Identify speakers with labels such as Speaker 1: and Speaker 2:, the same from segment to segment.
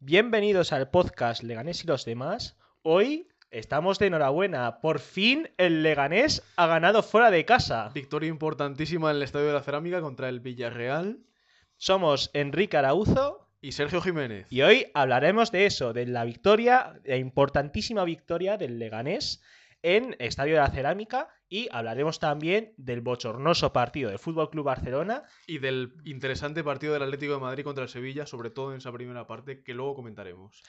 Speaker 1: Bienvenidos al podcast Leganés y los demás. Hoy estamos de enhorabuena. Por fin el Leganés ha ganado fuera de casa.
Speaker 2: Victoria importantísima en el Estadio de la Cerámica contra el Villarreal
Speaker 1: Somos Enrique Arauzo
Speaker 2: y Sergio Jiménez.
Speaker 1: y hoy hablaremos de eso, de la victoria, la importantísima victoria del Leganés en Estadio de la Cerámica y hablaremos también del bochornoso partido del Fútbol Club Barcelona.
Speaker 2: Y del interesante partido del Atlético de Madrid contra el Sevilla, sobre todo en esa primera parte que luego comentaremos.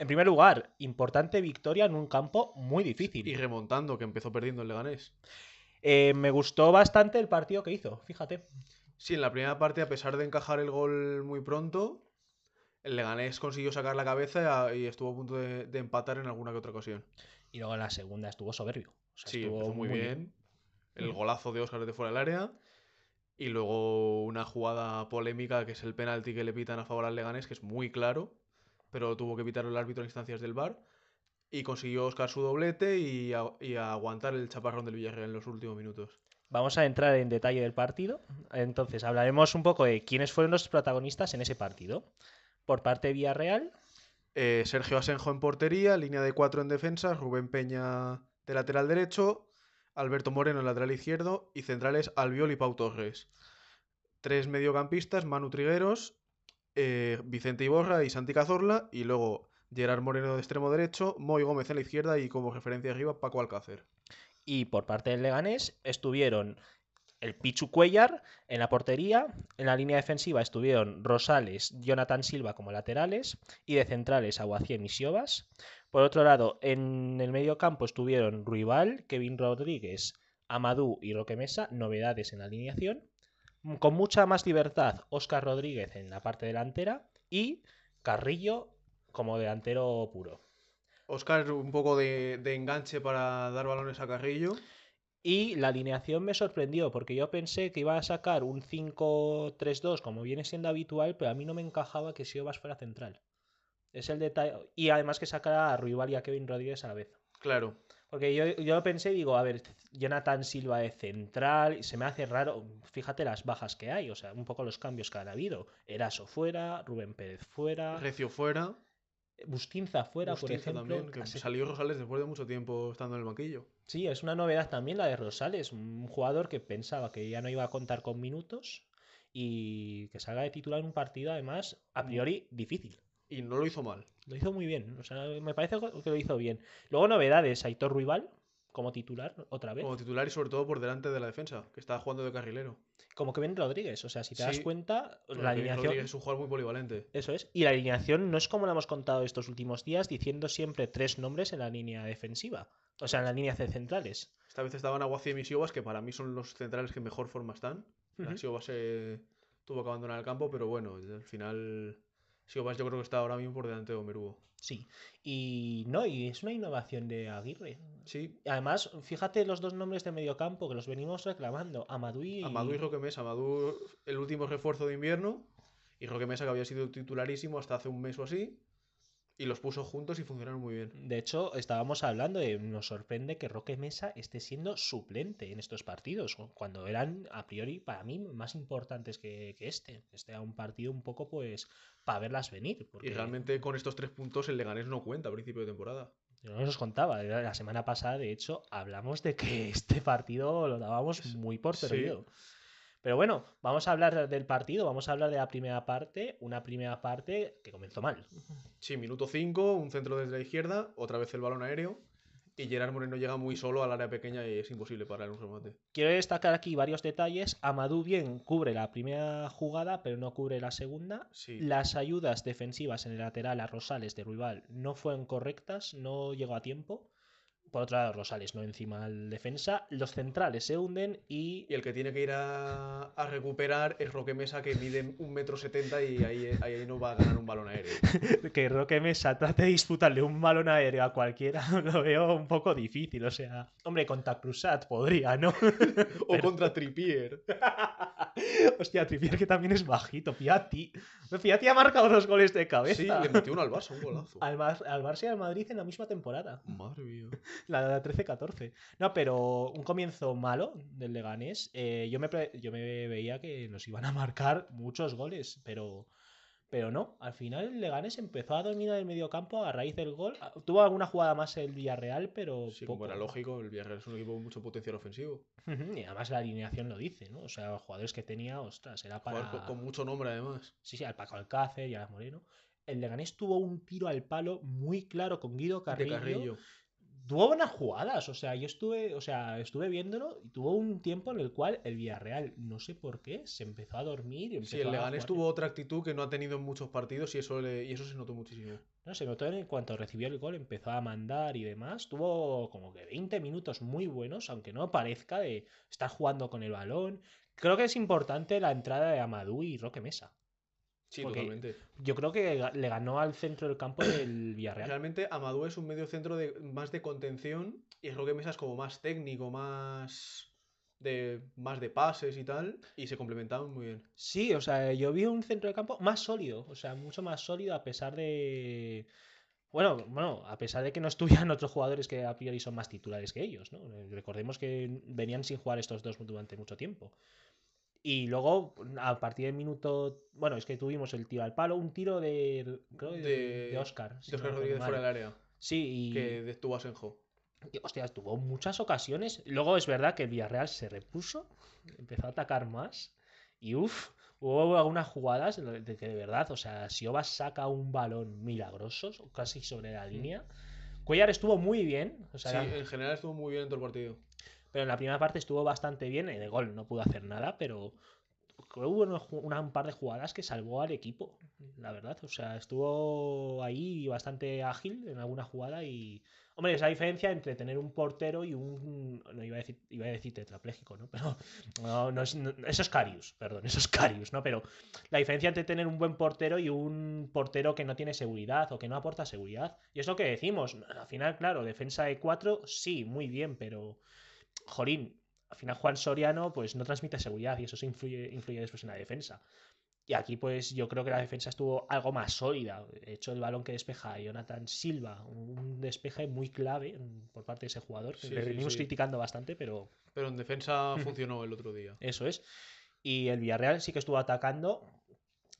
Speaker 1: En primer lugar, importante victoria en un campo muy difícil.
Speaker 2: Y remontando, que empezó perdiendo el Leganés.
Speaker 1: Eh, me gustó bastante el partido que hizo, fíjate.
Speaker 2: Sí, en la primera parte, a pesar de encajar el gol muy pronto, el Leganés consiguió sacar la cabeza y estuvo a punto de, de empatar en alguna que otra ocasión.
Speaker 1: Y luego en la segunda estuvo soberbio. O sea,
Speaker 2: Sí,
Speaker 1: estuvo
Speaker 2: empezó muy bien. El
Speaker 1: Mm.
Speaker 2: golazo de Oscar de fuera del área. Y luego una jugada polémica que es el penalti que le pitan a favor al Leganés, que es muy claro, pero tuvo que pitar el árbitro en instancias del VAR. Y consiguió Oscar su doblete y, a- y a aguantar el chaparrón del Villarreal en los últimos minutos.
Speaker 1: Vamos a entrar en detalle del partido. Entonces, hablaremos un poco de quiénes fueron los protagonistas en ese partido. Por parte de Villarreal,
Speaker 2: Eh, Sergio Asenjo en portería, línea de cuatro en defensa, Rubén Peña de lateral derecho, Alberto Moreno en lateral izquierdo y centrales Albiol y Pau Torres. Tres mediocampistas, Manu Trigueros, eh, Vicente Iborra y Santi Cazorla y luego Gerard Moreno de extremo derecho, Moy Gómez en la izquierda y como referencia arriba Paco Alcácer.
Speaker 1: Y por parte del Leganés estuvieron el Pichu Cuellar en la portería. En la línea defensiva estuvieron Rosales, Jonathan Silva como laterales y de centrales Aguacien y Siobas. Por otro lado, en el medio campo estuvieron Ruibal, Kevin Rodríguez, Amadou y Roque Mesa, novedades en la alineación. Mm, Con mucha más libertad, Óscar Rodríguez en la parte delantera y Carrillo como delantero puro.
Speaker 2: Oscar un poco de, de enganche para dar balones a Carrillo.
Speaker 1: Y la alineación me sorprendió porque yo pensé que iba a sacar un 5-3-2 como viene siendo habitual, pero a mí no me encajaba que Siobas fuera central. Es el detalle. Y además que sacara a Ruibal y a Kevin Rodríguez a la vez.
Speaker 2: Claro,
Speaker 1: Porque yo, yo lo pensé y digo, a ver, Jonathan Silva de central, y se me hace raro. Fíjate las bajas que hay, o sea, un poco los cambios que han habido. Eraso fuera, Rubén Pérez fuera,
Speaker 2: Recio fuera,
Speaker 1: Bustinza fuera, por
Speaker 2: Bustinza
Speaker 1: ejemplo.
Speaker 2: también, que
Speaker 1: Así-
Speaker 2: salió Rosales después de mucho tiempo estando en el banquillo.
Speaker 1: Sí, es una novedad también la de Rosales, un jugador que pensaba que ya no iba a contar con minutos y que salga de titular en un partido además
Speaker 2: Mm.
Speaker 1: a priori difícil.
Speaker 2: Y no lo hizo mal.
Speaker 1: Lo hizo muy bien, o sea, me parece que lo hizo bien. Luego novedades, Aitor Ruibal como titular otra vez,
Speaker 2: Como titular y sobre todo por delante de la defensa, que está jugando de carrilero.
Speaker 1: como que ven Rodríguez, o sea, si te das
Speaker 2: Sí,
Speaker 1: cuenta,
Speaker 2: Porque
Speaker 1: la alineación
Speaker 2: Rodríguez es un jugador muy polivalente.
Speaker 1: Eso es. Y la alineación no es como la hemos contado estos últimos días, diciendo siempre tres nombres en la línea defensiva. O sea, en la línea de centrales.
Speaker 2: Esta vez estaban Aguaciem y Siobas, que para mí son los centrales que mejor forma están.
Speaker 1: Ujú.
Speaker 2: Siobas eh, tuvo que abandonar el campo, pero bueno, al final Siobas yo creo que está ahora mismo por delante de Omerugo.
Speaker 1: Sí. Y no, y es una innovación de Aguirre.
Speaker 2: Sí,
Speaker 1: Además, fíjate los dos nombres de mediocampo que los venimos reclamando, Amadou y...
Speaker 2: Amadou y Roque Mesa. Amadou, el último refuerzo de invierno, y Roque Mesa, que había sido titularísimo hasta hace un mes o así, y los puso juntos y funcionaron muy bien.
Speaker 1: De hecho, estábamos hablando de nos sorprende que Roque Mesa esté siendo suplente en estos partidos, cu- cuando eran a priori para mí más importantes que, que este. Este era un partido un poco pues para verlas venir. Porque
Speaker 2: Y realmente con estos tres puntos el Leganés no cuenta a principio de temporada.
Speaker 1: yo no os contaba, era la semana pasada de hecho hablamos de que este partido lo dábamos
Speaker 2: Es-
Speaker 1: muy por
Speaker 2: sí.
Speaker 1: perdido. Pero bueno, vamos a hablar del partido, vamos a hablar de la primera parte, una primera parte que comenzó mal.
Speaker 2: Sí, minuto 5, un centro desde la izquierda, otra vez el balón aéreo. Y Gerard Moreno llega muy solo al área pequeña y es imposible parar un remate.
Speaker 1: Quiero destacar aquí varios detalles. Amadou bien cubre la primera jugada, pero no cubre la segunda.
Speaker 2: Sí.
Speaker 1: Las ayudas defensivas en el lateral a Rosales de Ruibal no fueron correctas, no llegó a tiempo. Por otro lado, Rosales no encima al defensa. Los centrales se hunden y
Speaker 2: Y el que tiene que ir a, a recuperar es Roque Mesa, que mide un metro setenta y ahí, ahí no va a ganar un balón aéreo.
Speaker 1: que Roque Mesa trate de disputarle un balón aéreo a cualquiera lo veo un poco difícil. O sea, hombre, contra Cruzat podría, ¿no?
Speaker 2: O contra Tripier.
Speaker 1: Hostia, Trippier que también es bajito. Fiati. Fiati ha marcado dos goles de cabeza.
Speaker 2: Sí, le metió uno al Barça, un golazo.
Speaker 1: al, Bar- al Barça y al Madrid en la misma temporada,
Speaker 2: Madre mía.
Speaker 1: la, la 13-14. No, pero un comienzo malo del Leganés. Eh, yo, me pre- yo me veía que nos iban a marcar muchos goles, pero, Pero no, al final el Leganés empezó a dominar el mediocampo a raíz del gol. Ah, Tuvo alguna jugada más el Villarreal, pero
Speaker 2: Sí,
Speaker 1: poco.
Speaker 2: como era lógico, el Villarreal es un equipo con mucho potencial ofensivo.
Speaker 1: Ujú, Y además la alineación lo dice, ¿no? O sea, los jugadores que tenía, ostras, era para...
Speaker 2: Jugar con, con mucho nombre, además.
Speaker 1: Sí, sí, al Paco Alcácer y a las Moreno. El Leganés tuvo un tiro al palo muy claro con Guido
Speaker 2: De
Speaker 1: Carrillo.
Speaker 2: Carrillo.
Speaker 1: Tuvo buenas jugadas, o sea, yo estuve, o sea, estuve viéndolo y tuvo un tiempo en el cual el Villarreal, no sé por qué, se empezó a dormir y empezó
Speaker 2: Sí, el
Speaker 1: a
Speaker 2: Leganés
Speaker 1: jugar-
Speaker 2: tuvo otra actitud que no ha tenido en muchos partidos y eso, le- y eso se notó muchísimo.
Speaker 1: No, se notó en cuanto recibió el gol, empezó a mandar y demás. Tuvo como que 20 minutos muy buenos, aunque no parezca, de estar jugando con el balón. Creo que es importante la entrada de Amadou y Roque Mesa.
Speaker 2: Sí,
Speaker 1: Porque-
Speaker 2: totalmente.
Speaker 1: Yo creo que ga- le ganó al centro del campo del Villarreal.
Speaker 2: Realmente Amadou es un medio centro de, más de contención y Roque Mesa es como más técnico, más de, más de pases y tal, y se complementaban muy bien.
Speaker 1: Sí, o sea, yo vi un centro del campo más sólido, o sea, mucho más sólido a pesar de... Bueno, bueno, a pesar de que no estuvieran otros jugadores que a priori son más titulares que ellos, ¿no? Eh, Recordemos que venían sin jugar estos dos durante mucho tiempo. Y luego, a partir del minuto... Bueno, es que tuvimos el tiro al palo, un tiro de... Creo de,
Speaker 2: De-
Speaker 1: Oscar.
Speaker 2: De Oscar Rodríguez fuera del área,
Speaker 1: Sí, y...
Speaker 2: que detuvo a Senjo.
Speaker 1: Y, Hostias, tuvo muchas ocasiones. Luego es verdad que el Villarreal se repuso, empezó a atacar más. Y uff, hubo algunas jugadas en las de que de verdad, o sea, Siobas saca un balón milagroso, casi sobre la línea. Cuellar estuvo muy bien, o sea,
Speaker 2: Sí, eh,
Speaker 1: era-
Speaker 2: en general estuvo muy bien en todo el partido.
Speaker 1: pero en la primera parte estuvo bastante bien. En el gol no pudo hacer nada, pero creo que hubo unos ju- una- un par de jugadas que salvó al equipo, la verdad. O sea, estuvo ahí bastante ágil en alguna jugada y. Hombre, esa diferencia entre tener un portero y un. No iba a decir, iba a decir tetrapléjico, ¿no? Pero. No, no es, no- eso es Carius, perdón, eso es Carius, ¿no? Pero la diferencia entre tener un buen portero y un portero que no tiene seguridad o que no aporta seguridad. Y es lo que decimos. Al final, claro, defensa de 4, sí, muy bien, pero. Jorín, al final Juan Soriano pues no transmite seguridad y eso se influye, influye después en la defensa. Y aquí pues yo creo que la defensa estuvo algo más sólida. De hecho el balón que despeja a Jonathan Silva, un despeje muy clave mm, por parte de ese jugador, que
Speaker 2: Sí,
Speaker 1: le
Speaker 2: sí,
Speaker 1: venimos
Speaker 2: sí.
Speaker 1: criticando bastante, pero
Speaker 2: Pero en defensa
Speaker 1: Ujú.
Speaker 2: funcionó el otro día.
Speaker 1: eso es. Y el Villarreal sí que estuvo atacando.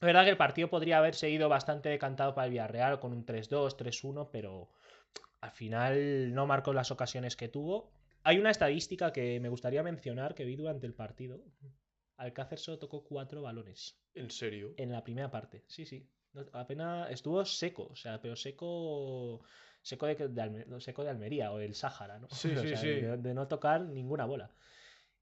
Speaker 1: La verdad que el partido podría haberse ido bastante decantado para el Villarreal con un 3-2, 3-1, pero al final no marcó las ocasiones que tuvo. Hay una estadística que me gustaría mencionar que vi durante el partido. Alcácer solo tocó cuatro balones
Speaker 2: En serio.
Speaker 1: en la primera parte. Sí, sí. No- apenas estuvo seco, o sea, pero seco seco de, que- de Alme- no, seco de Almería o el Sáhara, ¿no?
Speaker 2: Sí,
Speaker 1: O
Speaker 2: sí,
Speaker 1: sea,
Speaker 2: sí.
Speaker 1: De, de no tocar ninguna bola.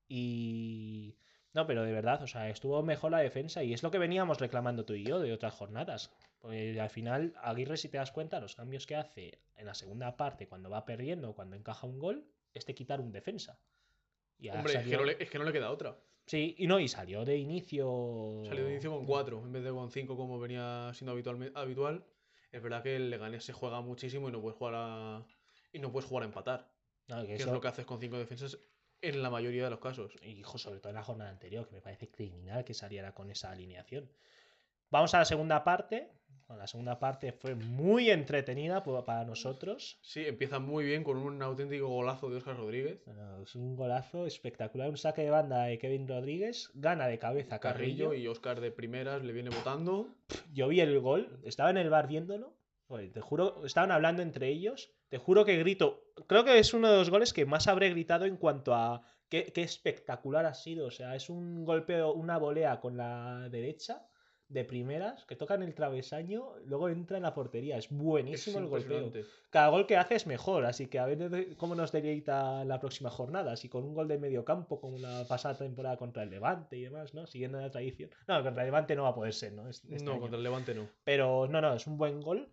Speaker 1: Y no, pero de verdad, o sea, estuvo mejor la defensa y es lo que veníamos reclamando tú y yo de otras jornadas. Porque al final, Aguirre, si te das cuenta, los cambios que hace en la segunda parte, cuando va perdiendo o cuando encaja un gol, es de quitar un defensa. Y ha
Speaker 2: Hombre, es que,
Speaker 1: salido-
Speaker 2: no le, es que no le queda otra.
Speaker 1: Sí, y no, y salió de inicio.
Speaker 2: Salió de inicio con 4 en vez de con 5 como venía siendo habitualme- habitual. Es verdad que el Leganés se juega muchísimo y no puedes jugar a, y no puedes jugar a empatar.
Speaker 1: No, que
Speaker 2: Que
Speaker 1: eso-
Speaker 2: es lo que haces con 5 defensas en la mayoría de los casos.
Speaker 1: y jo, sobre todo en la jornada anterior, que me parece criminal que saliera con esa alineación. Vamos a la segunda parte. Bueno, la segunda parte fue muy entretenida pu- para nosotros.
Speaker 2: Sí, empieza muy bien con un auténtico golazo de Oscar Rodríguez.
Speaker 1: Bueno, es un golazo espectacular, un saque de banda de Kevin Rodríguez, gana de cabeza Carrillo.
Speaker 2: Carrillo y Oscar de primeras le viene votando.
Speaker 1: Yo vi el gol, estaba en el bar viéndolo. Joder, te juro, estaban hablando entre ellos. Te juro que grito. Creo que es uno de los goles que más habré gritado en cuanto a qué, qué espectacular ha sido. O sea, es un golpeo, una volea con la derecha de primeras que toca en el travesaño, luego entra en la portería. Es
Speaker 2: Es
Speaker 1: buenísimo el golpeo.
Speaker 2: impresionante.
Speaker 1: Cada gol que hace es mejor, así que a ver de- cómo nos deleita la próxima jornada. Si con un gol de medio campo, como la pasada temporada contra el Levante y demás, ¿no? Siguiendo la tradición. No, contra el Levante no va a poder ser, ¿no? Es- este
Speaker 2: No,
Speaker 1: año.
Speaker 2: contra el Levante no.
Speaker 1: Pero no, no, es un buen gol.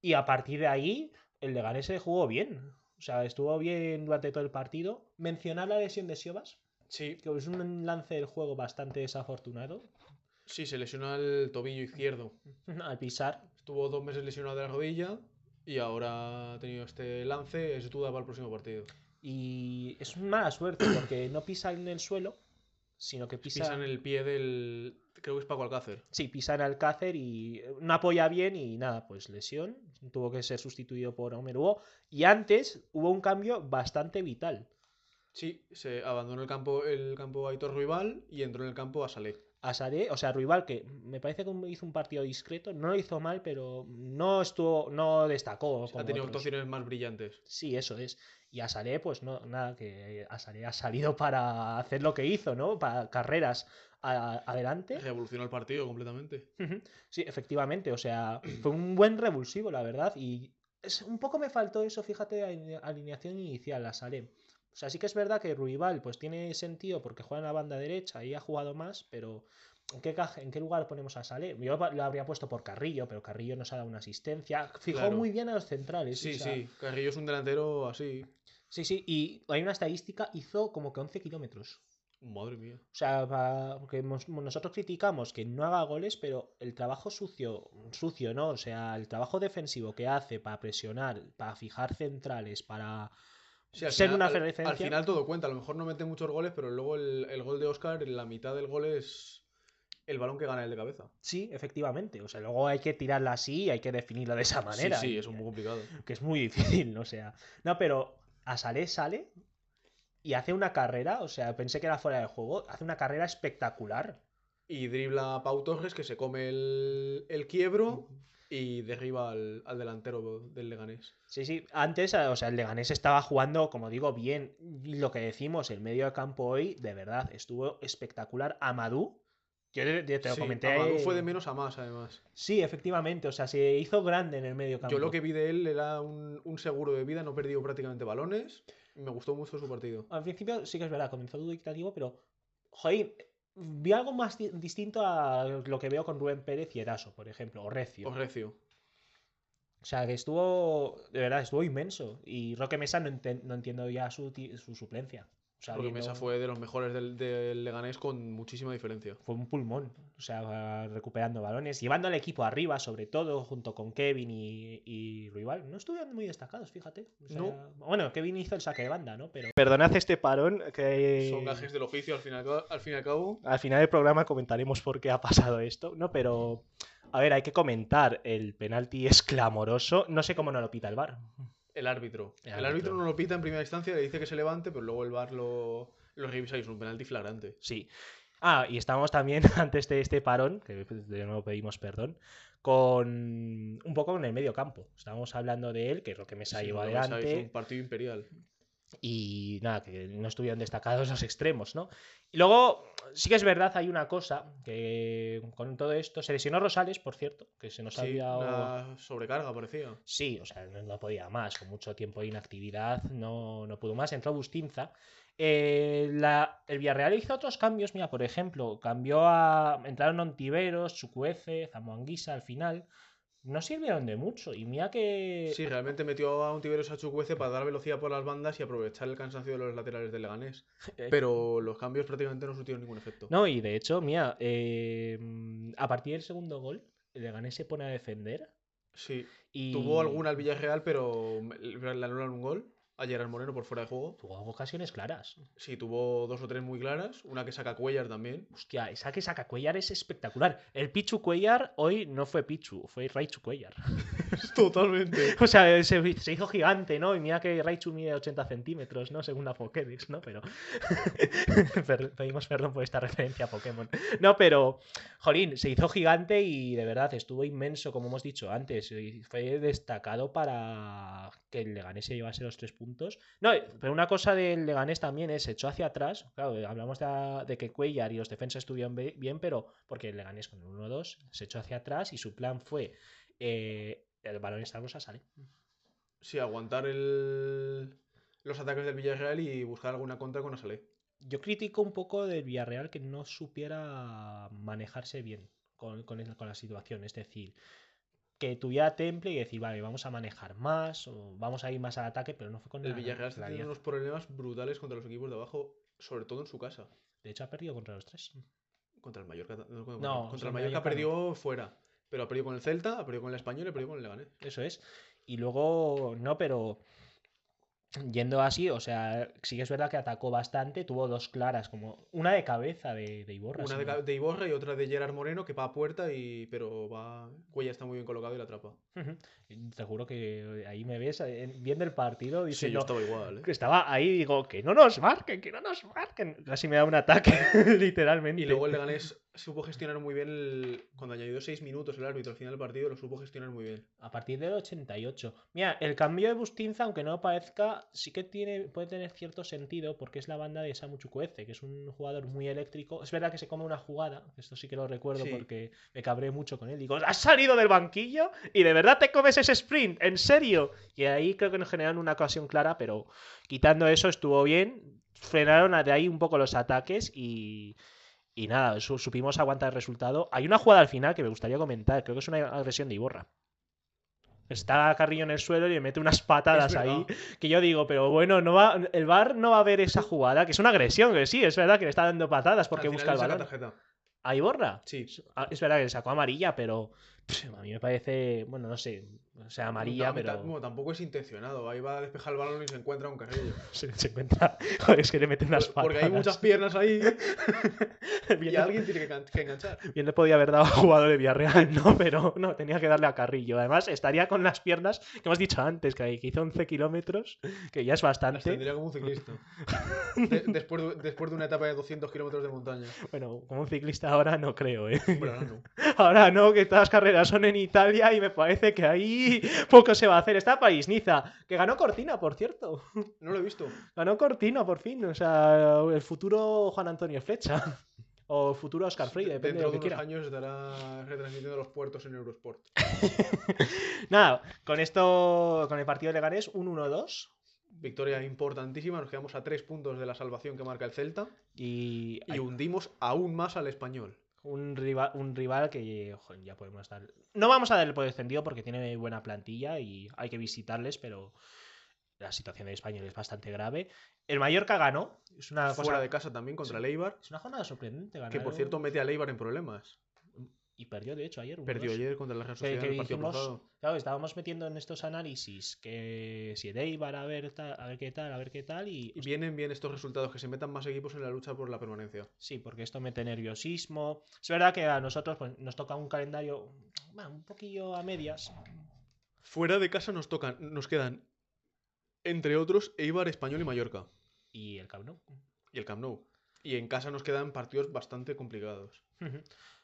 Speaker 1: Y a partir de ahí, el Leganés se jugó bien. O sea, estuvo bien durante todo el partido. Mencionar la lesión de Siobas,
Speaker 2: Sí,
Speaker 1: que es un lance del juego bastante desafortunado
Speaker 2: sí, se lesiona el tobillo izquierdo.
Speaker 1: al pisar.
Speaker 2: Estuvo dos meses lesionado de la rodilla y ahora ha tenido este lance. Es duda para el próximo partido.
Speaker 1: Y es mala suerte porque no pisa en el suelo, sino que pisa,
Speaker 2: Pisa en el pie del. Creo que es Paco Alcácer.
Speaker 1: Sí, pisa en Alcácer y no apoya bien y nada, pues lesión. Tuvo que ser sustituido por Homer Hugo. Y antes hubo un cambio bastante vital.
Speaker 2: Sí, se abandonó el campo, el campo Aitor Ruibal y entró en el campo a Salé.
Speaker 1: a Saré, o sea, Ruibal, que me parece que hizo un partido discreto, no lo hizo mal, pero no estuvo, no destacó.
Speaker 2: Ha
Speaker 1: como
Speaker 2: tenido
Speaker 1: otros.
Speaker 2: actuaciones más brillantes.
Speaker 1: Sí, eso es. Y Asaré, pues no, nada, que Asaré ha salido para hacer lo que hizo, ¿no? Para carreras a- adelante.
Speaker 2: Revolucionó el partido completamente.
Speaker 1: Ujú. Sí, efectivamente, o sea, fue un buen revulsivo, la verdad, y es, un poco me faltó eso, fíjate, de aline- alineación inicial, la Saré. O sea, sí que es verdad que Ruibal, pues tiene sentido porque juega en la banda derecha y ha jugado más, pero ¿en qué, caja- en qué lugar ponemos a Salé? Yo pa- lo habría puesto por Carrillo, pero Carrillo nos ha dado una asistencia. Fijó
Speaker 2: Claro.
Speaker 1: muy bien a los centrales.
Speaker 2: Sí,
Speaker 1: o sea,
Speaker 2: sí. Carrillo es un delantero así.
Speaker 1: Sí, sí, y hay una estadística, hizo como que 11 kilómetros.
Speaker 2: Madre mía.
Speaker 1: O sea, va- que mos- nosotros criticamos que no haga goles, pero el trabajo sucio, sucio, ¿no? O sea, el trabajo defensivo que hace para presionar, para fijar centrales, para
Speaker 2: Sí, al
Speaker 1: ser
Speaker 2: final-
Speaker 1: una
Speaker 2: al-
Speaker 1: referencia.
Speaker 2: Al final todo cuenta. A lo mejor no mete muchos goles, pero luego el, el gol de Oscar, la mitad del gol es el balón que gana el de cabeza.
Speaker 1: Sí, efectivamente. O sea, luego hay que tirarla así y hay que definirla de esa manera.
Speaker 2: Sí, sí,
Speaker 1: y-
Speaker 2: eso es muy complicado.
Speaker 1: Que es muy difícil, ¿no? O sea. No, pero a Salé sale y hace una carrera. O sea, pensé que era fuera de juego. Hace una carrera espectacular.
Speaker 2: Y dribla a Pau Torres, que se come el, el quiebro y derriba al, al delantero del Leganés.
Speaker 1: Sí, sí. Antes, eh, o sea, el Leganés estaba jugando, como digo, bien. Y Lo que decimos, el medio de campo hoy, de verdad, estuvo espectacular. Amadou, yo te, te lo
Speaker 2: Sí,
Speaker 1: comenté.
Speaker 2: Amadou
Speaker 1: eh,
Speaker 2: fue de menos a más, además.
Speaker 1: Sí, efectivamente. O sea, se hizo grande en el medio campo.
Speaker 2: Yo lo que vi de él era un, un seguro de vida, no perdió prácticamente balones. Me gustó mucho su partido.
Speaker 1: Al principio sí que es verdad, comenzó dictativo, pero. Joder, vi algo más di- distinto a lo que veo con Rubén Pérez y Eraso, por ejemplo, o Recio.
Speaker 2: Os recio.
Speaker 1: O sea, que estuvo. De verdad, estuvo inmenso. Y Roque Mesa no, enten- no entiendo ya su, ti- su suplencia. O sea,
Speaker 2: Porque
Speaker 1: viendo-
Speaker 2: Mesa fue de los mejores del, del Leganés con muchísima diferencia.
Speaker 1: fue un pulmón, o sea, recuperando balones, llevando al equipo arriba, sobre todo, junto con Kevin y, y Rival. No estuvieron muy destacados, fíjate. O sea,
Speaker 2: No.
Speaker 1: Bueno, Kevin hizo el saque de banda, ¿no? Pero... Perdonad este parón, que
Speaker 2: Son gajes del oficio, al fin y al ca- al fin y al cabo.
Speaker 1: al final del programa comentaremos por qué ha pasado esto, ¿no? Pero, a ver, hay que comentar, el penalti es clamoroso, no sé cómo no lo pita el bar.
Speaker 2: El árbitro.
Speaker 1: El
Speaker 2: El,
Speaker 1: árbitro.
Speaker 2: árbitro. no lo pita en primera instancia, le dice que se levante, pero luego el VAR lo, lo revisa y es un penalti flagrante.
Speaker 1: Sí. Ah, y estamos también antes de este parón, que de nuevo pedimos perdón, con un poco en el medio campo. Estábamos hablando de él, que Roque Mesa
Speaker 2: Sí,
Speaker 1: llevó
Speaker 2: lo que sabéis,
Speaker 1: adelante.
Speaker 2: un partido imperial.
Speaker 1: y nada, que no estuvieron destacados los extremos, ¿no? Y luego, sí que es verdad, hay una cosa que con todo esto se lesionó Rosales, por cierto, que se nos
Speaker 2: Sí,
Speaker 1: había.
Speaker 2: una sobrecarga parecía.
Speaker 1: Sí, o sea, no, no podía más, con mucho tiempo de inactividad, no, no pudo más. Entró Bustinza. Eh, la- el Villarreal hizo otros cambios, mira, por ejemplo, cambió a. Entraron Ontiveros, Chucuece, Zamoanguisa al final. No sirvieron de mucho. Y mira que.
Speaker 2: Sí, realmente metió a un Tiberos a Chukwueze para dar velocidad por las bandas y aprovechar el cansancio de los laterales del Leganés. Pero los cambios prácticamente no surtieron ningún efecto.
Speaker 1: Eh. No, y de hecho, mira, eh, a partir del segundo gol, el Leganés se pone a defender.
Speaker 2: Sí,
Speaker 1: Y...
Speaker 2: tuvo alguna al Villarreal, pero le anularon un gol a Gerard Moreno por fuera de juego.
Speaker 1: Tuvo ocasiones claras.
Speaker 2: Sí, tuvo dos o tres muy claras, una que saca Cuellar también.
Speaker 1: Hostia, esa que saca Cuellar es espectacular. El Pichu Cuellar hoy no fue Pichu, fue Raichu Cuellar.
Speaker 2: Totalmente.
Speaker 1: O sea, se, se hizo gigante, ¿no? Y mira que Raichu mide 80 centímetros, ¿no? Según la Pokédex, ¿no? Pero. Per- pedimos perdón por esta referencia a Pokémon. No, pero. Jolín, se hizo gigante y de verdad estuvo inmenso, como hemos dicho antes. y fue destacado para que el Leganés se llevase los tres puntos. No, pero una cosa del Leganés también es, se echó hacia atrás. Claro, hablamos de, de que Cuellar y los defensas estuvieron be- bien, pero porque el Leganés con el 1-2 se echó hacia atrás y su plan fue. eh, el balón está rosa sale.
Speaker 2: Sí, aguantar el... los ataques del Villarreal y buscar alguna contra con Asalé.
Speaker 1: Yo critico un poco del Villarreal que no supiera manejarse bien con, con el- con la situación. Es decir, que tuviera temple y decir, vale, vamos a manejar más, o vamos a ir más al ataque, pero no fue con
Speaker 2: El
Speaker 1: la
Speaker 2: Villarreal está
Speaker 1: claridad.
Speaker 2: teniendo unos problemas brutales contra los equipos de abajo, sobre todo en su casa.
Speaker 1: De hecho, ha perdido contra los tres.
Speaker 2: Contra el Mallorca. No, contra,
Speaker 1: No, contra
Speaker 2: contra
Speaker 1: el
Speaker 2: el Mallorca
Speaker 1: Mallorca
Speaker 2: perdió fuera. Pero ha perdido con el Celta, ha perdido con el Español y ha perdido con el Leganés.
Speaker 1: Eso es. Y luego, no, pero yendo así, o sea, sí que es verdad que atacó bastante, tuvo dos claras, como una de cabeza de, de Iborra.
Speaker 2: Una
Speaker 1: si
Speaker 2: de,
Speaker 1: no-
Speaker 2: Ca- de Iborra y otra de Gerard Moreno que va a puerta y pero va. Cuella está muy bien colocado y la atrapa.
Speaker 1: Ujú. Te juro que ahí me ves eh, viendo el partido
Speaker 2: Sí, yo
Speaker 1: diciendo,
Speaker 2: estaba igual, ¿eh?
Speaker 1: que estaba ahí digo, que no nos marquen, que no nos marquen. Casi me da un ataque, literalmente.
Speaker 2: Y luego el Leganés supo gestionar muy bien el. Cuando añadió 6 minutos el árbitro al final del partido, lo supo gestionar muy bien.
Speaker 1: A partir del 88. Mira, el cambio de Bustinza, aunque no parezca, sí que tiene, puede tener cierto sentido porque es la banda de Samu Chukwueze, que es un jugador muy eléctrico. Es verdad que se come una jugada, esto sí que lo recuerdo
Speaker 2: Sí.
Speaker 1: porque me cabré mucho con él. Digo, ¿has salido del banquillo? ¿Y de verdad te comes ese sprint? ¿En serio? Y ahí creo que nos generaron una ocasión clara, pero quitando eso estuvo bien. Frenaron de ahí un poco los ataques y, y nada, su- supimos aguantar el resultado. Hay una jugada al final que me gustaría comentar, creo que es una agresión de Iborra. Está Carrillo en el suelo y le mete unas patadas
Speaker 2: Es verdad.
Speaker 1: ahí. Que yo digo, pero bueno, no va, el VAR no va a ver esa jugada, que es una agresión, que sí, es verdad que le está dando patadas porque
Speaker 2: Al final
Speaker 1: busca el
Speaker 2: le saca
Speaker 1: balón.
Speaker 2: tarjeta.
Speaker 1: A Iborra.
Speaker 2: Sí.
Speaker 1: Ah, Es verdad que le sacó amarilla, pero pff, a mí me parece, bueno, no sé, o sea, amarilla,
Speaker 2: Tam-
Speaker 1: pero...
Speaker 2: tam- bueno, tampoco es intencionado. Ahí va a despejar el balón y se encuentra un carrillo.
Speaker 1: se, se encuentra. Joder, es que le meten unas
Speaker 2: Por- Porque hay muchas
Speaker 1: patadas.
Speaker 2: piernas ahí y
Speaker 1: bien,
Speaker 2: alguien tiene que, can- que enganchar.
Speaker 1: bien le podía haber dado a jugador de Villarreal, ¿no? Pero no, tenía que darle a Carrillo. Además, estaría con las piernas que hemos dicho antes, que que hizo 11 kilómetros, que ya es
Speaker 2: Las
Speaker 1: bastante.
Speaker 2: tendría como un ciclista. De- después, de, después de una etapa de 200 kilómetros de montaña.
Speaker 1: Bueno, como un ciclista ahora no creo, ¿eh?
Speaker 2: Bueno, ahora no.
Speaker 1: Ahora no, que todas las carreras son en Italia y me parece que ahí poco se va a hacer. Está País Niza, que ganó Cortina, por cierto.
Speaker 2: No lo he visto.
Speaker 1: Ganó Cortina, por fin. O sea, el futuro Juan Antonio Flecha. O el futuro Oscar Freire, depende de lo
Speaker 2: Dentro de
Speaker 1: que
Speaker 2: unos
Speaker 1: quiera.
Speaker 2: años estará retransmitiendo los puertos en Eurosport.
Speaker 1: Nada, con esto, con el partido de Leganés, un 1-2.
Speaker 2: Victoria importantísima. Nos quedamos a tres puntos de la salvación que marca el Celta.
Speaker 1: Y,
Speaker 2: Y
Speaker 1: hay un,
Speaker 2: hundimos aún más al español.
Speaker 1: rival, un rival que joder, ya podemos dar. No vamos a darle por descendido porque tiene buena plantilla y hay que visitarles, pero la situación del español es bastante grave. El Mallorca ganó. Es una
Speaker 2: Fuera
Speaker 1: cosa.
Speaker 2: de casa también contra
Speaker 1: Ah, sí.
Speaker 2: el Eibar.
Speaker 1: Es una jornada sorprendente.
Speaker 2: Que por
Speaker 1: ganaron
Speaker 2: cierto mete al Eibar en problemas.
Speaker 1: Y perdió, de hecho, ayer. 1-2.
Speaker 2: Perdió ayer contra la Real
Speaker 1: que,
Speaker 2: Sociedad
Speaker 1: que
Speaker 2: en el partido
Speaker 1: hicimos-
Speaker 2: cruzado.
Speaker 1: claro, estábamos metiendo en estos análisis que si Eibar a ver, tal, a ver qué tal, a ver qué tal, y
Speaker 2: Y vienen bien estos resultados, que se metan más equipos en la lucha por la permanencia.
Speaker 1: Sí, porque esto mete nerviosismo. Es verdad que a nosotros pues, nos toca un calendario bueno, un poquillo a medias.
Speaker 2: Fuera de casa nos tocan, nos quedan, entre otros, Eibar, Español y Mallorca.
Speaker 1: Y el cabrón.
Speaker 2: Y el Camp Nou. Y en casa nos quedan partidos bastante complicados.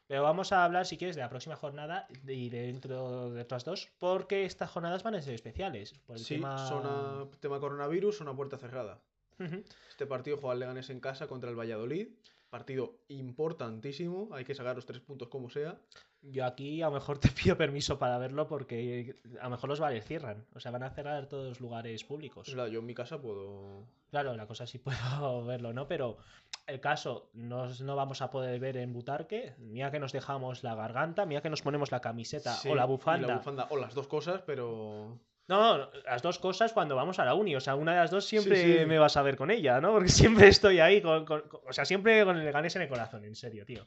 Speaker 1: Pero vamos a hablar, si quieres, de la próxima jornada y de dentro de otras dos, porque estas jornadas van a ser especiales. Por el
Speaker 2: sí,
Speaker 1: tema...
Speaker 2: son a tema coronavirus, son a puerta cerrada.
Speaker 1: Ujú.
Speaker 2: Este partido juega el Leganés en casa contra el Valladolid. Partido importantísimo, hay que sacar los tres puntos como sea.
Speaker 1: Yo aquí a lo mejor te pido permiso para verlo porque a lo mejor los bares cierran. O sea, van a cerrar todos los lugares públicos.
Speaker 2: Es verdad, yo en mi casa puedo...
Speaker 1: Claro, la cosa sí puedo verlo, ¿no? Pero el caso, nos, no vamos a poder ver en Butarque. Mira que nos dejamos la garganta, mira que nos ponemos la camiseta
Speaker 2: Sí,
Speaker 1: o la
Speaker 2: y
Speaker 1: bufanda.
Speaker 2: La bufanda, o las dos cosas, pero...
Speaker 1: No, no, las dos cosas cuando vamos a la uni. O sea, una de las dos siempre
Speaker 2: Sí, sí.
Speaker 1: me vas a ver con ella, ¿no? Porque siempre estoy ahí, con, con- con- o sea, siempre con el Leganés en el corazón, en serio, tío.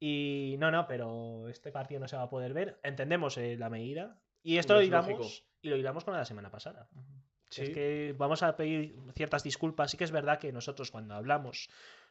Speaker 1: Y no, no, pero este partido no se va a poder ver. Entendemos eh, la medida. Y esto lo
Speaker 2: Hombre, es lógico.
Speaker 1: hilamos, y lo hilamos con la de la semana pasada.
Speaker 2: Sí,
Speaker 1: Es que vamos a pedir ciertas disculpas. Sí que es verdad que nosotros cuando hablamos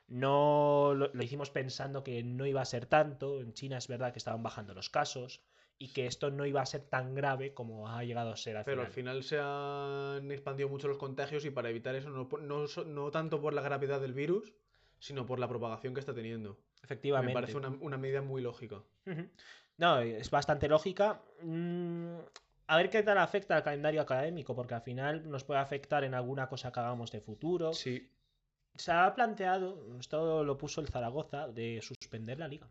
Speaker 1: no lo, lo hicimos pensando que no iba a ser tanto. En China es verdad que estaban bajando los casos y que esto no iba a ser tan grave como ha llegado a ser al
Speaker 2: Pero al
Speaker 1: final.
Speaker 2: final se han expandido mucho los contagios y para evitar eso, no, po- no, so- no tanto por la gravedad del virus, sino por la propagación que está teniendo.
Speaker 1: Efectivamente.
Speaker 2: Me parece una, una medida muy lógica.
Speaker 1: Ujú. No, es bastante lógica. Mm, A ver qué tal afecta al calendario académico, porque al final nos puede afectar en alguna cosa que hagamos de futuro.
Speaker 2: Sí.
Speaker 1: Se ha planteado, esto lo puso el Zaragoza, de suspender la liga.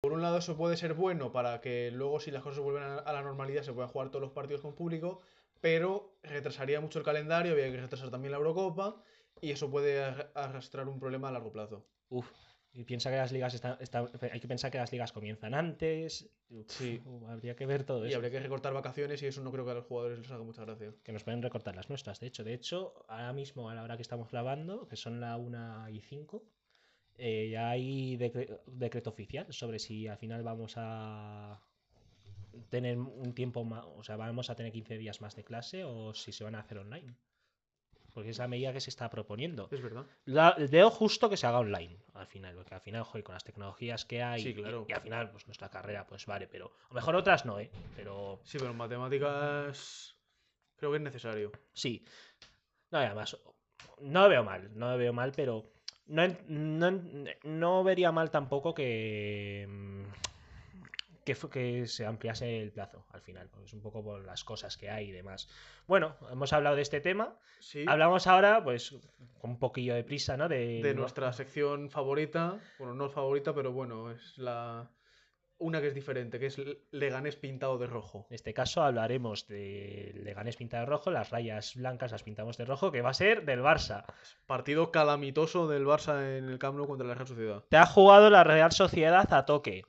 Speaker 2: Por un lado, eso puede ser bueno para que luego, si las cosas vuelven a a la normalidad, se puedan jugar todos los partidos con público, pero retrasaría mucho el calendario, había que retrasar también la Eurocopa, y eso puede ar- arrastrar un problema a largo plazo.
Speaker 1: Uf, y piensa que las ligas están, está- hay que pensar que las ligas comienzan antes. Uf,
Speaker 2: Sí.
Speaker 1: habría que ver todo
Speaker 2: Y
Speaker 1: eso.
Speaker 2: habría que recortar vacaciones y eso no creo que a los jugadores les haga mucha gracia.
Speaker 1: Que nos pueden recortar las nuestras, de hecho. De hecho, ahora mismo, a la hora que estamos grabando, que son la 1 y 5, eh, ya hay decre- decreto oficial sobre si al final vamos a tener un tiempo más, o sea, vamos a tener 15 días más de clase o si se van a hacer online. Porque es la medida que se está proponiendo.
Speaker 2: Es verdad.
Speaker 1: La- veo justo que se haga online al final, porque al final, joder, con las tecnologías que hay
Speaker 2: Sí,
Speaker 1: y-
Speaker 2: claro.
Speaker 1: y, al final, pues nuestra carrera, pues vale, pero a lo mejor otras no, ¿eh? Pero
Speaker 2: Sí, pero en matemáticas creo que es necesario.
Speaker 1: sí. No, y además, no lo veo mal, no lo veo mal, pero No, en- no en- no vería mal tampoco que, mm, que, fu- que se ampliase el plazo al final, porque es un poco por las cosas que hay y demás. Bueno, hemos hablado de este tema.
Speaker 2: Sí,
Speaker 1: Hablamos ahora, pues, con un poquillo de prisa, ¿no? De,
Speaker 2: de nuestra sección favorita. Bueno, no favorita, pero bueno, es la. Una que es diferente, que es L- Leganés pintado de rojo.
Speaker 1: En este caso hablaremos de Leganés pintado de rojo, las rayas blancas las pintamos de rojo, que va a ser del Barça.
Speaker 2: Partido calamitoso del Barça en el Camp Nou contra la Real Sociedad.
Speaker 1: Te ha jugado la Real Sociedad a toque.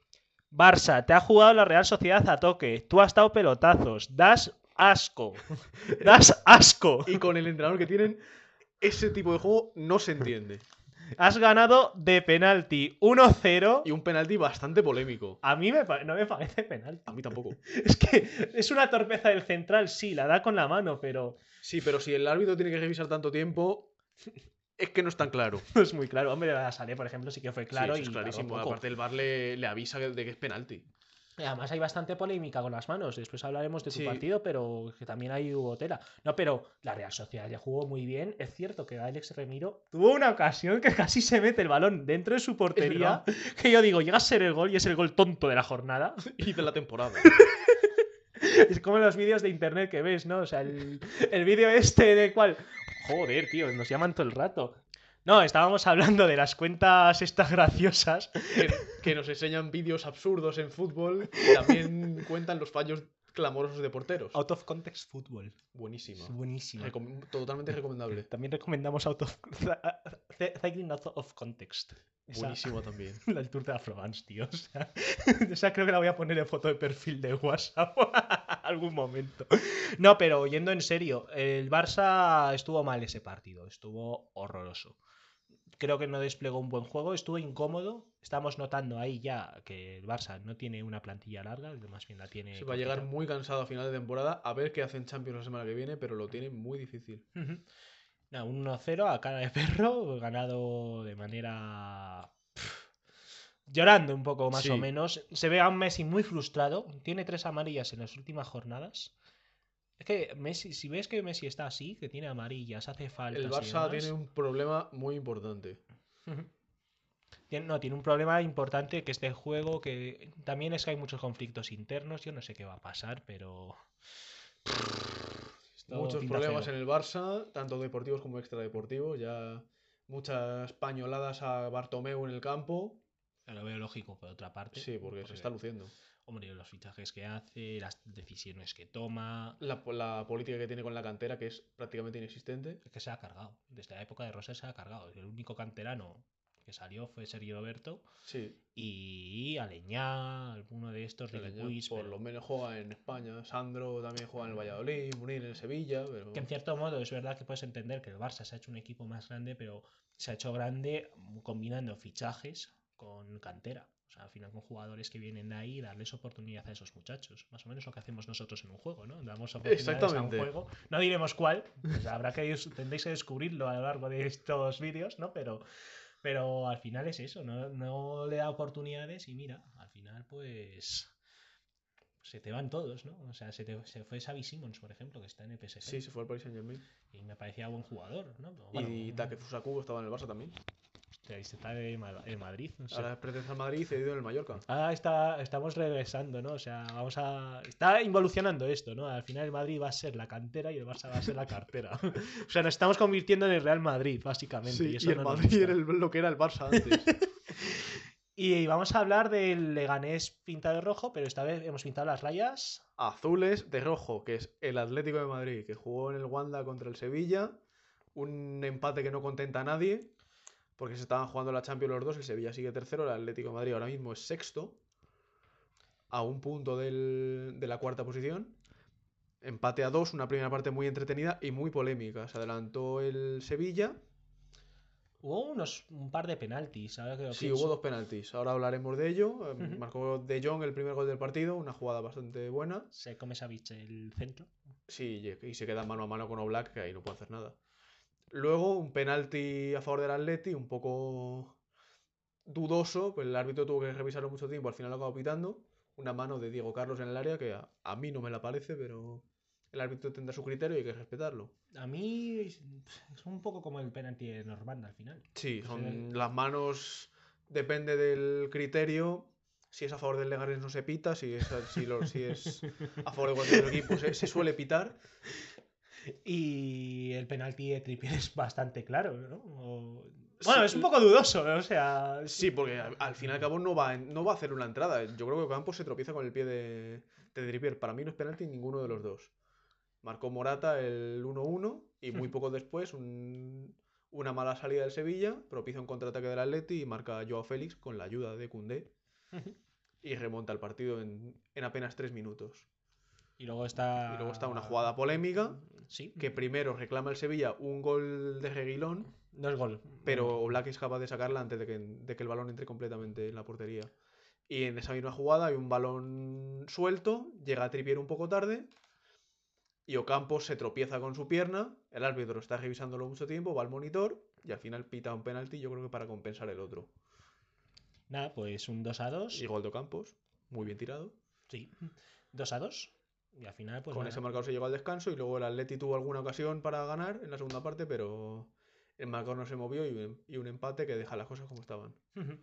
Speaker 1: Barça, te ha jugado la Real Sociedad a toque. Tú has dado pelotazos. Das asco. Das asco.
Speaker 2: Y con el entrenador que tienen, ese tipo de juego no se entiende.
Speaker 1: Has ganado de penalti 1-0.
Speaker 2: Y un penalti bastante polémico.
Speaker 1: A mí me pa- no me parece penalti.
Speaker 2: A mí tampoco.
Speaker 1: Es que es una torpeza del central, sí, la da con la mano, pero
Speaker 2: Sí, pero si el árbitro tiene que revisar tanto tiempo, es que no es tan claro.
Speaker 1: no es muy claro. Hombre, la Salé, por ejemplo, sí que fue claro y
Speaker 2: Sí, eso es
Speaker 1: tardó
Speaker 2: clarísimo.
Speaker 1: poco.
Speaker 2: Aparte, el bar le, le avisa de que es penalti.
Speaker 1: Además hay bastante polémica con las manos, después hablaremos de tu
Speaker 2: Sí.
Speaker 1: partido, pero que también ahí hubo tela. No, pero la Real Sociedad ya jugó muy bien, es cierto que Alex Remiro tuvo una ocasión que casi se mete el balón dentro de su portería, que yo digo, llega a ser el gol y es el gol tonto de la jornada.
Speaker 2: Y de la temporada.
Speaker 1: Es como los vídeos de internet que ves, ¿no? O sea, el, el vídeo este de cual... Joder, tío, nos llaman todo el rato. No, estábamos hablando de las cuentas estas graciosas
Speaker 2: que, que nos enseñan vídeos absurdos en fútbol y también cuentan los fallos clamorosos de porteros.
Speaker 1: Out of Context Football.
Speaker 2: Buenísima.
Speaker 1: Es buenísima.
Speaker 2: Recom- totalmente recomendable.
Speaker 1: También recomendamos out of, Cycling Out of Context. Esa-
Speaker 2: Buenísima también.
Speaker 1: la del Tour de la France, tío. O sea, esa creo que la voy a poner en foto de perfil de WhatsApp algún momento. No, pero yendo en serio, el Barça estuvo mal ese partido, estuvo horroroso. Creo que no desplegó un buen juego, estuvo incómodo. Estamos notando ahí ya que el Barça no tiene una plantilla larga, más bien la tiene.
Speaker 2: Se va a llegar
Speaker 1: cortita.
Speaker 2: muy cansado a final de temporada a ver qué hacen Champions la semana que viene, pero lo tienen muy difícil.
Speaker 1: Ujú. Nada, un 1-0 a cara de perro, ganado de manera. pf, Llorando un poco más
Speaker 2: Sí.
Speaker 1: o menos. Se ve a un Messi muy frustrado. Tiene tres amarillas en las últimas jornadas. Es que Messi, si ves que Messi está así, que tiene amarillas, hace falta.
Speaker 2: El Barça tiene un problema muy importante.
Speaker 1: no, tiene un problema importante que este juego, que también es que hay muchos conflictos internos. Yo no sé qué va a pasar, pero. Esto
Speaker 2: Muchos
Speaker 1: pinta
Speaker 2: problemas
Speaker 1: feo.
Speaker 2: en el Barça, tanto deportivos como extradeportivos. Ya muchas pañoladas a Bartomeu en el campo.
Speaker 1: Lo veo lógico, por otra parte.
Speaker 2: Sí, porque se está luciendo.
Speaker 1: Hombre, los fichajes que hace, las decisiones que toma,
Speaker 2: La, la política que tiene con la cantera, que es prácticamente inexistente.
Speaker 1: que se ha cargado. Desde la época de Rosa se ha cargado. El único canterano que salió fue Sergio Roberto
Speaker 2: Sí,
Speaker 1: y Aleñá, alguno de estos, de
Speaker 2: Pequeño,
Speaker 1: Luis,
Speaker 2: por lo menos juega en España. Sandro también juega en el Valladolid, Munir en el Sevilla, pero
Speaker 1: Que en cierto modo es verdad que puedes entender que el Barça se ha hecho un equipo más grande, pero se ha hecho grande combinando fichajes con cantera. O sea, al final con jugadores que vienen de ahí, darles oportunidad a esos muchachos. Más o menos lo que hacemos nosotros en un juego, ¿no? Damos oportunidades a un
Speaker 2: Exactamente.
Speaker 1: juego. No diremos cuál, pues habrá que des- tendréis que descubrirlo a lo largo de estos vídeos, ¿no? Pero, pero al final es eso, no, no le da oportunidades y mira, al final pues se te van todos, ¿no? O sea, se, te, se fue Xavi Simons, por ejemplo, que está en el PSG.
Speaker 2: sí, se fue al Paris Saint Germain.
Speaker 1: Y me parecía buen jugador, ¿no? Pero
Speaker 2: y
Speaker 1: bueno,
Speaker 2: Take Fusaku estaba en el Barça también.
Speaker 1: o sea, está de Ma- en Madrid, no sé.
Speaker 2: Ahora
Speaker 1: Ahora,
Speaker 2: es pretende al Madrid y cedido en el Mallorca.
Speaker 1: está, estamos regresando, ¿no? O sea, vamos a... Está involucionando esto, ¿no? Al final el Madrid va a ser la cantera y el Barça va a ser la cartera. o sea, nos estamos convirtiendo en el Real Madrid, básicamente.
Speaker 2: Sí,
Speaker 1: y,
Speaker 2: y,
Speaker 1: eso
Speaker 2: el
Speaker 1: no nos
Speaker 2: Madrid
Speaker 1: gusta.
Speaker 2: era el- lo que era el Barça antes.
Speaker 1: Y vamos a hablar del Leganés pintado de rojo, pero esta vez hemos pintado las rayas.
Speaker 2: Azules de rojo, que es el Atlético de Madrid, que jugó en el Wanda contra el Sevilla. Un empate que no contenta a nadie, porque se estaban jugando la Champions los dos. El Sevilla sigue tercero, el Atlético de Madrid ahora mismo es sexto, a un punto del- de la cuarta posición. Empate a dos, una primera parte muy entretenida y muy polémica. Se adelantó el Sevilla.
Speaker 1: Hubo unos, un par de penaltis, ahora que lo
Speaker 2: Sí,
Speaker 1: pienso.
Speaker 2: hubo dos penaltis. Ahora hablaremos de ello. Eh,
Speaker 1: Ujú.
Speaker 2: Marcó De Jong el primer gol del partido, una jugada bastante buena.
Speaker 1: Se come Savic el centro.
Speaker 2: Sí, y y se queda mano a mano con Oblak, que ahí no puede hacer nada. Luego, un penalti a favor del Atleti, un poco dudoso, pues el árbitro tuvo que revisarlo mucho tiempo, al final lo acabó pitando. Una mano de Diego Carlos en el área, que a, a mí no me la parece, pero El árbitro tendrá su criterio y hay que respetarlo.
Speaker 3: A mí es es un poco como el penalti de Normanda al final.
Speaker 2: Sí,
Speaker 3: Pues
Speaker 2: son
Speaker 3: el-
Speaker 2: las manos, depende del criterio. Si es a favor del Leganés no se pita, si es a, si lo- si es a favor de cualquier otro equipo se, se suele pitar.
Speaker 3: Y el penalti de Trippier es bastante claro, ¿no? O- Bueno,
Speaker 2: Sí.
Speaker 3: es un poco dudoso, o sea...
Speaker 2: Sí, porque al, al fin y al cabo no va, en- no va a hacer una entrada. Yo creo que Campos se tropieza con el pie de, de Trippier. Para mí no es penalti ninguno de los dos. Marcó Morata el 1-1 y muy poco después un- una mala salida del Sevilla propicia un contraataque del Atleti y marca Joao Félix con la ayuda de Koundé y remonta el partido en, en apenas tres minutos.
Speaker 1: Y luego está.
Speaker 2: Y luego está una jugada polémica
Speaker 1: Sí.
Speaker 2: que primero reclama el Sevilla un gol de Reguilón,
Speaker 3: No es gol.
Speaker 2: pero Oblak es capaz de sacarla antes de que, de que el balón entre completamente en la portería. Y en esa misma jugada hay un balón suelto, llega a Trippier un poco tarde y Ocampo se tropieza con su pierna, el árbitro está revisándolo mucho tiempo, va al monitor y al final pita un penalti, yo creo que para compensar el otro.
Speaker 1: Nada, pues un 2 a 2.
Speaker 2: Y gol de Ocampos, muy bien tirado.
Speaker 1: Sí. 2 a 2. Y al final, pues.
Speaker 2: con
Speaker 1: nada.
Speaker 2: ese marcador se llegó al descanso y luego el Atleti tuvo alguna ocasión para ganar en la segunda parte, pero el marcador no se movió y un, y un empate que deja las cosas como estaban.
Speaker 3: Ujú.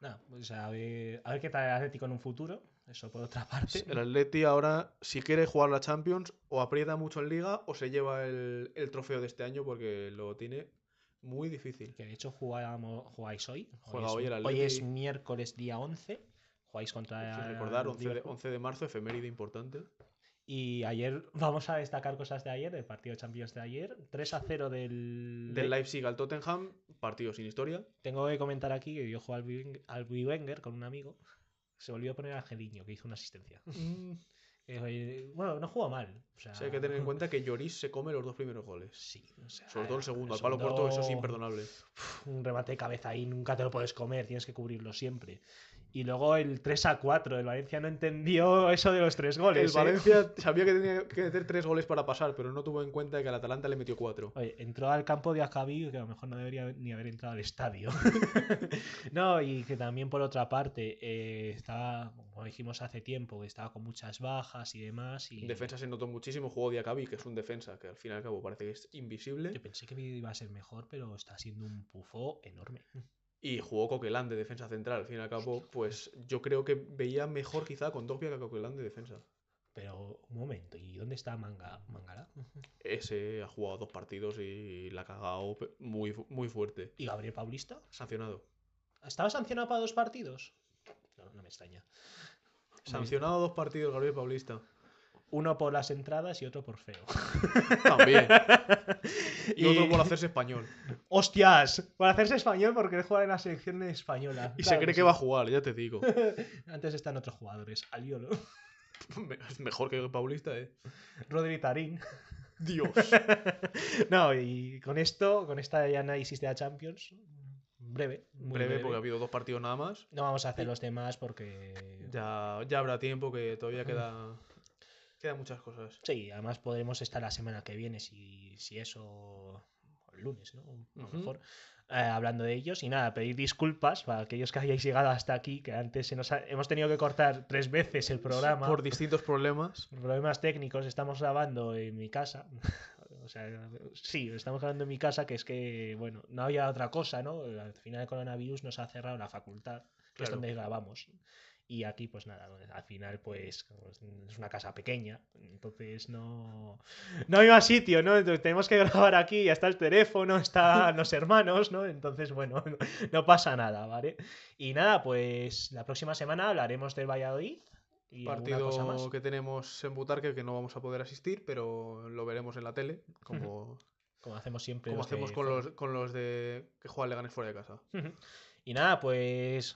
Speaker 1: Nada, pues a ver, a ver qué tal el Atlético en un futuro. Eso por otra parte.
Speaker 2: El Atleti ahora, si quiere jugar la Champions, o aprieta mucho en Liga o se lleva el, el trofeo de este año porque lo tiene muy difícil.
Speaker 1: Que de hecho jugamos, jugáis hoy.
Speaker 2: Juega
Speaker 1: es,
Speaker 2: hoy el
Speaker 1: es
Speaker 2: Atleti.
Speaker 1: miércoles día 11. Jugáis contra.
Speaker 2: Hay que recordar,
Speaker 1: el
Speaker 2: 11 de,
Speaker 1: Liverpool.
Speaker 2: 11 de marzo, efeméride importante.
Speaker 1: Y ayer vamos a destacar cosas de ayer, del partido de Champions de ayer. 3 a 0 del. Le-
Speaker 2: Del Leipzig al Tottenham, partido sin historia.
Speaker 1: Tengo que comentar aquí que yo jugué al Biwen- al Wenger con un amigo. Se volvió a poner a Angeliño, que hizo una asistencia. Eh, Bueno, no jugó mal. o sea,
Speaker 2: O sea, Mm. hay que tener en cuenta que Lloris se come los dos primeros goles.
Speaker 1: Sí, o sea,
Speaker 2: Sobre todo el segundo, al
Speaker 1: el
Speaker 2: palo corto, eso es
Speaker 1: segundo-
Speaker 2: imperdonable.
Speaker 1: un remate de cabeza ahí, nunca te lo puedes comer, tienes que cubrirlo siempre. Y luego el 3 a 4, el Valencia no entendió eso de los tres
Speaker 2: El
Speaker 1: goles. ¿eh?
Speaker 2: Valencia sabía que tenía que meter tres goles para pasar, pero no tuvo en cuenta que al Atalanta le metió cuatro.
Speaker 1: Oye, entró al campo de Ajaví, que a lo mejor no debería ni haber entrado al estadio. no, y que también por otra parte, eh, estaba, como dijimos hace tiempo, que estaba con muchas bajas y demás. Y
Speaker 2: En defensa se notó muchísimo, jugó Diakabi, que es un defensa, que al fin y al cabo parece que es invisible.
Speaker 1: Yo pensé que iba a ser mejor, pero está siendo un pufo enorme.
Speaker 2: Y jugó Coquelán de defensa central. Al fin y al cabo, pues yo creo que veía mejor quizá con Dovia que a Coquelán de defensa.
Speaker 1: Pero, un momento, ¿y dónde está Manga, Mangala?
Speaker 2: Ese ha jugado dos partidos y la ha cagado pe- muy, fu- muy fuerte.
Speaker 1: ¿Y Gabriel Paulista?
Speaker 2: Sancionado.
Speaker 1: ¿Estaba sancionado para dos partidos? No, no me extraña.
Speaker 2: Sancionado dos partidos, Gabriel Paulista.
Speaker 1: Uno por las entradas y otro por feo.
Speaker 2: También. Y otro
Speaker 1: Y-
Speaker 2: por hacerse español.
Speaker 1: ¡Hostias! Por hacerse español porque quiere jugar en la selección española.
Speaker 2: Y
Speaker 1: Claro pues
Speaker 2: se cree que
Speaker 1: sí.
Speaker 2: va a jugar, ya te digo.
Speaker 1: Antes están otros jugadores. Aliolo,
Speaker 2: Me- Es mejor que Paulista, ¿eh?
Speaker 1: Rodri Tarín.
Speaker 2: Dios.
Speaker 1: No, y con esto, con esta análisis de la Champions, breve. muy
Speaker 2: breve, porque ha habido dos partidos nada más.
Speaker 1: No vamos a hacer los demás porque...
Speaker 2: Ya, ya habrá tiempo que todavía queda, queda muchas cosas.
Speaker 1: Sí, además podremos estar la semana que viene, si, si eso, o el lunes, ¿no? A lo
Speaker 2: Ujú.
Speaker 1: mejor, eh, hablando de ellos. Y nada, pedir disculpas para aquellos que hayáis llegado hasta aquí, que antes se nos ha- hemos tenido que cortar tres veces el programa.
Speaker 2: Por distintos problemas.
Speaker 1: Por problemas técnicos, estamos grabando en mi casa. O sea, sí, estamos grabando en mi casa, que es que, bueno, no había otra cosa, ¿no? Al final el coronavirus nos ha cerrado la facultad, que es
Speaker 2: Claro.
Speaker 1: donde grabamos. Y aquí, pues nada, al final, pues, como es- es una casa pequeña, entonces no. No había sitio, ¿no? Entonces tenemos que grabar aquí, ya está el teléfono, están los hermanos, ¿no? Entonces, bueno, no pasa nada, ¿vale? Y nada, pues la próxima semana hablaremos del Valladolid. Y alguna cosa más.
Speaker 2: Partido que tenemos en Butarque que no vamos a poder asistir, pero lo veremos en la tele, como,
Speaker 1: Como hacemos siempre.
Speaker 2: como
Speaker 1: los de
Speaker 2: hacemos con
Speaker 1: fuera.
Speaker 2: los, con los de que juegan Leganes fuera de casa.
Speaker 1: Y nada, pues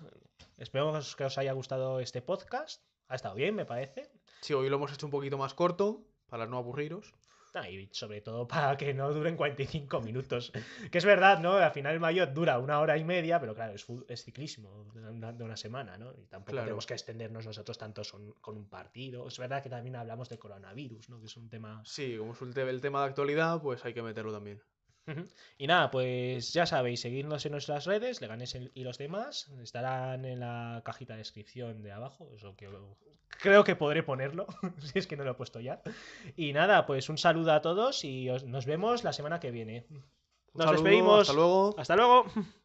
Speaker 1: esperemos que os haya gustado este podcast. Ha estado bien, me parece.
Speaker 2: Sí, hoy lo hemos hecho un poquito más corto, para no aburriros.
Speaker 1: Ah, y sobre todo para que no duren 45 minutos. Que es verdad, ¿no? Al final el maillot dura una hora y media, pero claro, es, fu- es ciclismo de una, de una semana, ¿no? Y tampoco
Speaker 2: Claro.
Speaker 1: tenemos que extendernos nosotros tanto son- con un partido. Es verdad que también hablamos de coronavirus, ¿no? Que es un tema
Speaker 2: Sí, como es un te- el tema de actualidad, pues hay que meterlo también.
Speaker 1: Ujú. Y nada, pues ya sabéis, seguidnos en nuestras redes, Leganés en- y los demás. Estarán en la cajita de descripción de abajo. Eso que creo que podré ponerlo, si es que no lo he puesto ya. Y nada, pues un saludo a todos y os- nos vemos la semana que viene.
Speaker 2: Un
Speaker 1: Nos
Speaker 2: saludo,
Speaker 1: despedimos.
Speaker 2: Hasta luego.
Speaker 1: Hasta luego.